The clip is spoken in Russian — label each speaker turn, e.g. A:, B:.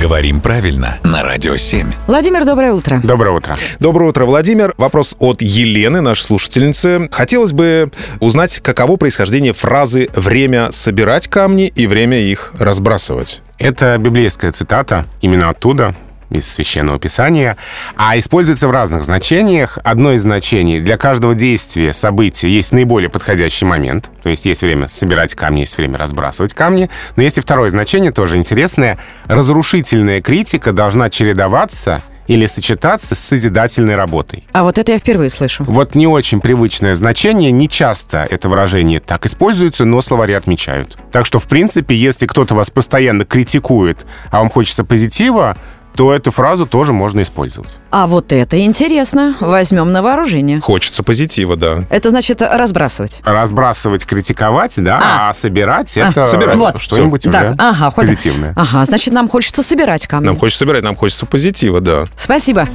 A: Говорим правильно на Радио 7.
B: Владимир, доброе утро.
C: Доброе утро.
D: Доброе утро, Владимир. Вопрос от Елены, нашей слушательницы. Хотелось бы узнать, каково происхождение фразы «время собирать камни и время их разбрасывать».
C: Это библейская цитата, именно оттуда, из Священного Писания, а используется в разных значениях. Одно из значений — для каждого действия, события есть наиболее подходящий момент. То есть есть время собирать камни, есть время разбрасывать камни. Но есть и второе значение, тоже интересное. Разрушительная критика должна чередоваться или сочетаться с созидательной работой.
B: А вот это я впервые слышу.
C: Вот не очень привычное значение, не часто это выражение так используется, но словари отмечают. Так что, в принципе, если кто-то вас постоянно критикует, а вам хочется позитива, то эту фразу тоже можно использовать.
B: А вот это интересно. Возьмем на вооружение.
D: Хочется позитива, да.
B: Это значит разбрасывать.
C: Разбрасывать, критиковать, да,
B: А.
C: а, собирать
B: А,
C: это
D: собирать. Вот.
C: что-нибудь
B: Да,
C: уже
B: ага, хоть-
C: позитивное.
B: Ага, значит, нам хочется собирать камни.
D: Нам хочется собирать, нам хочется позитива, да.
B: Спасибо.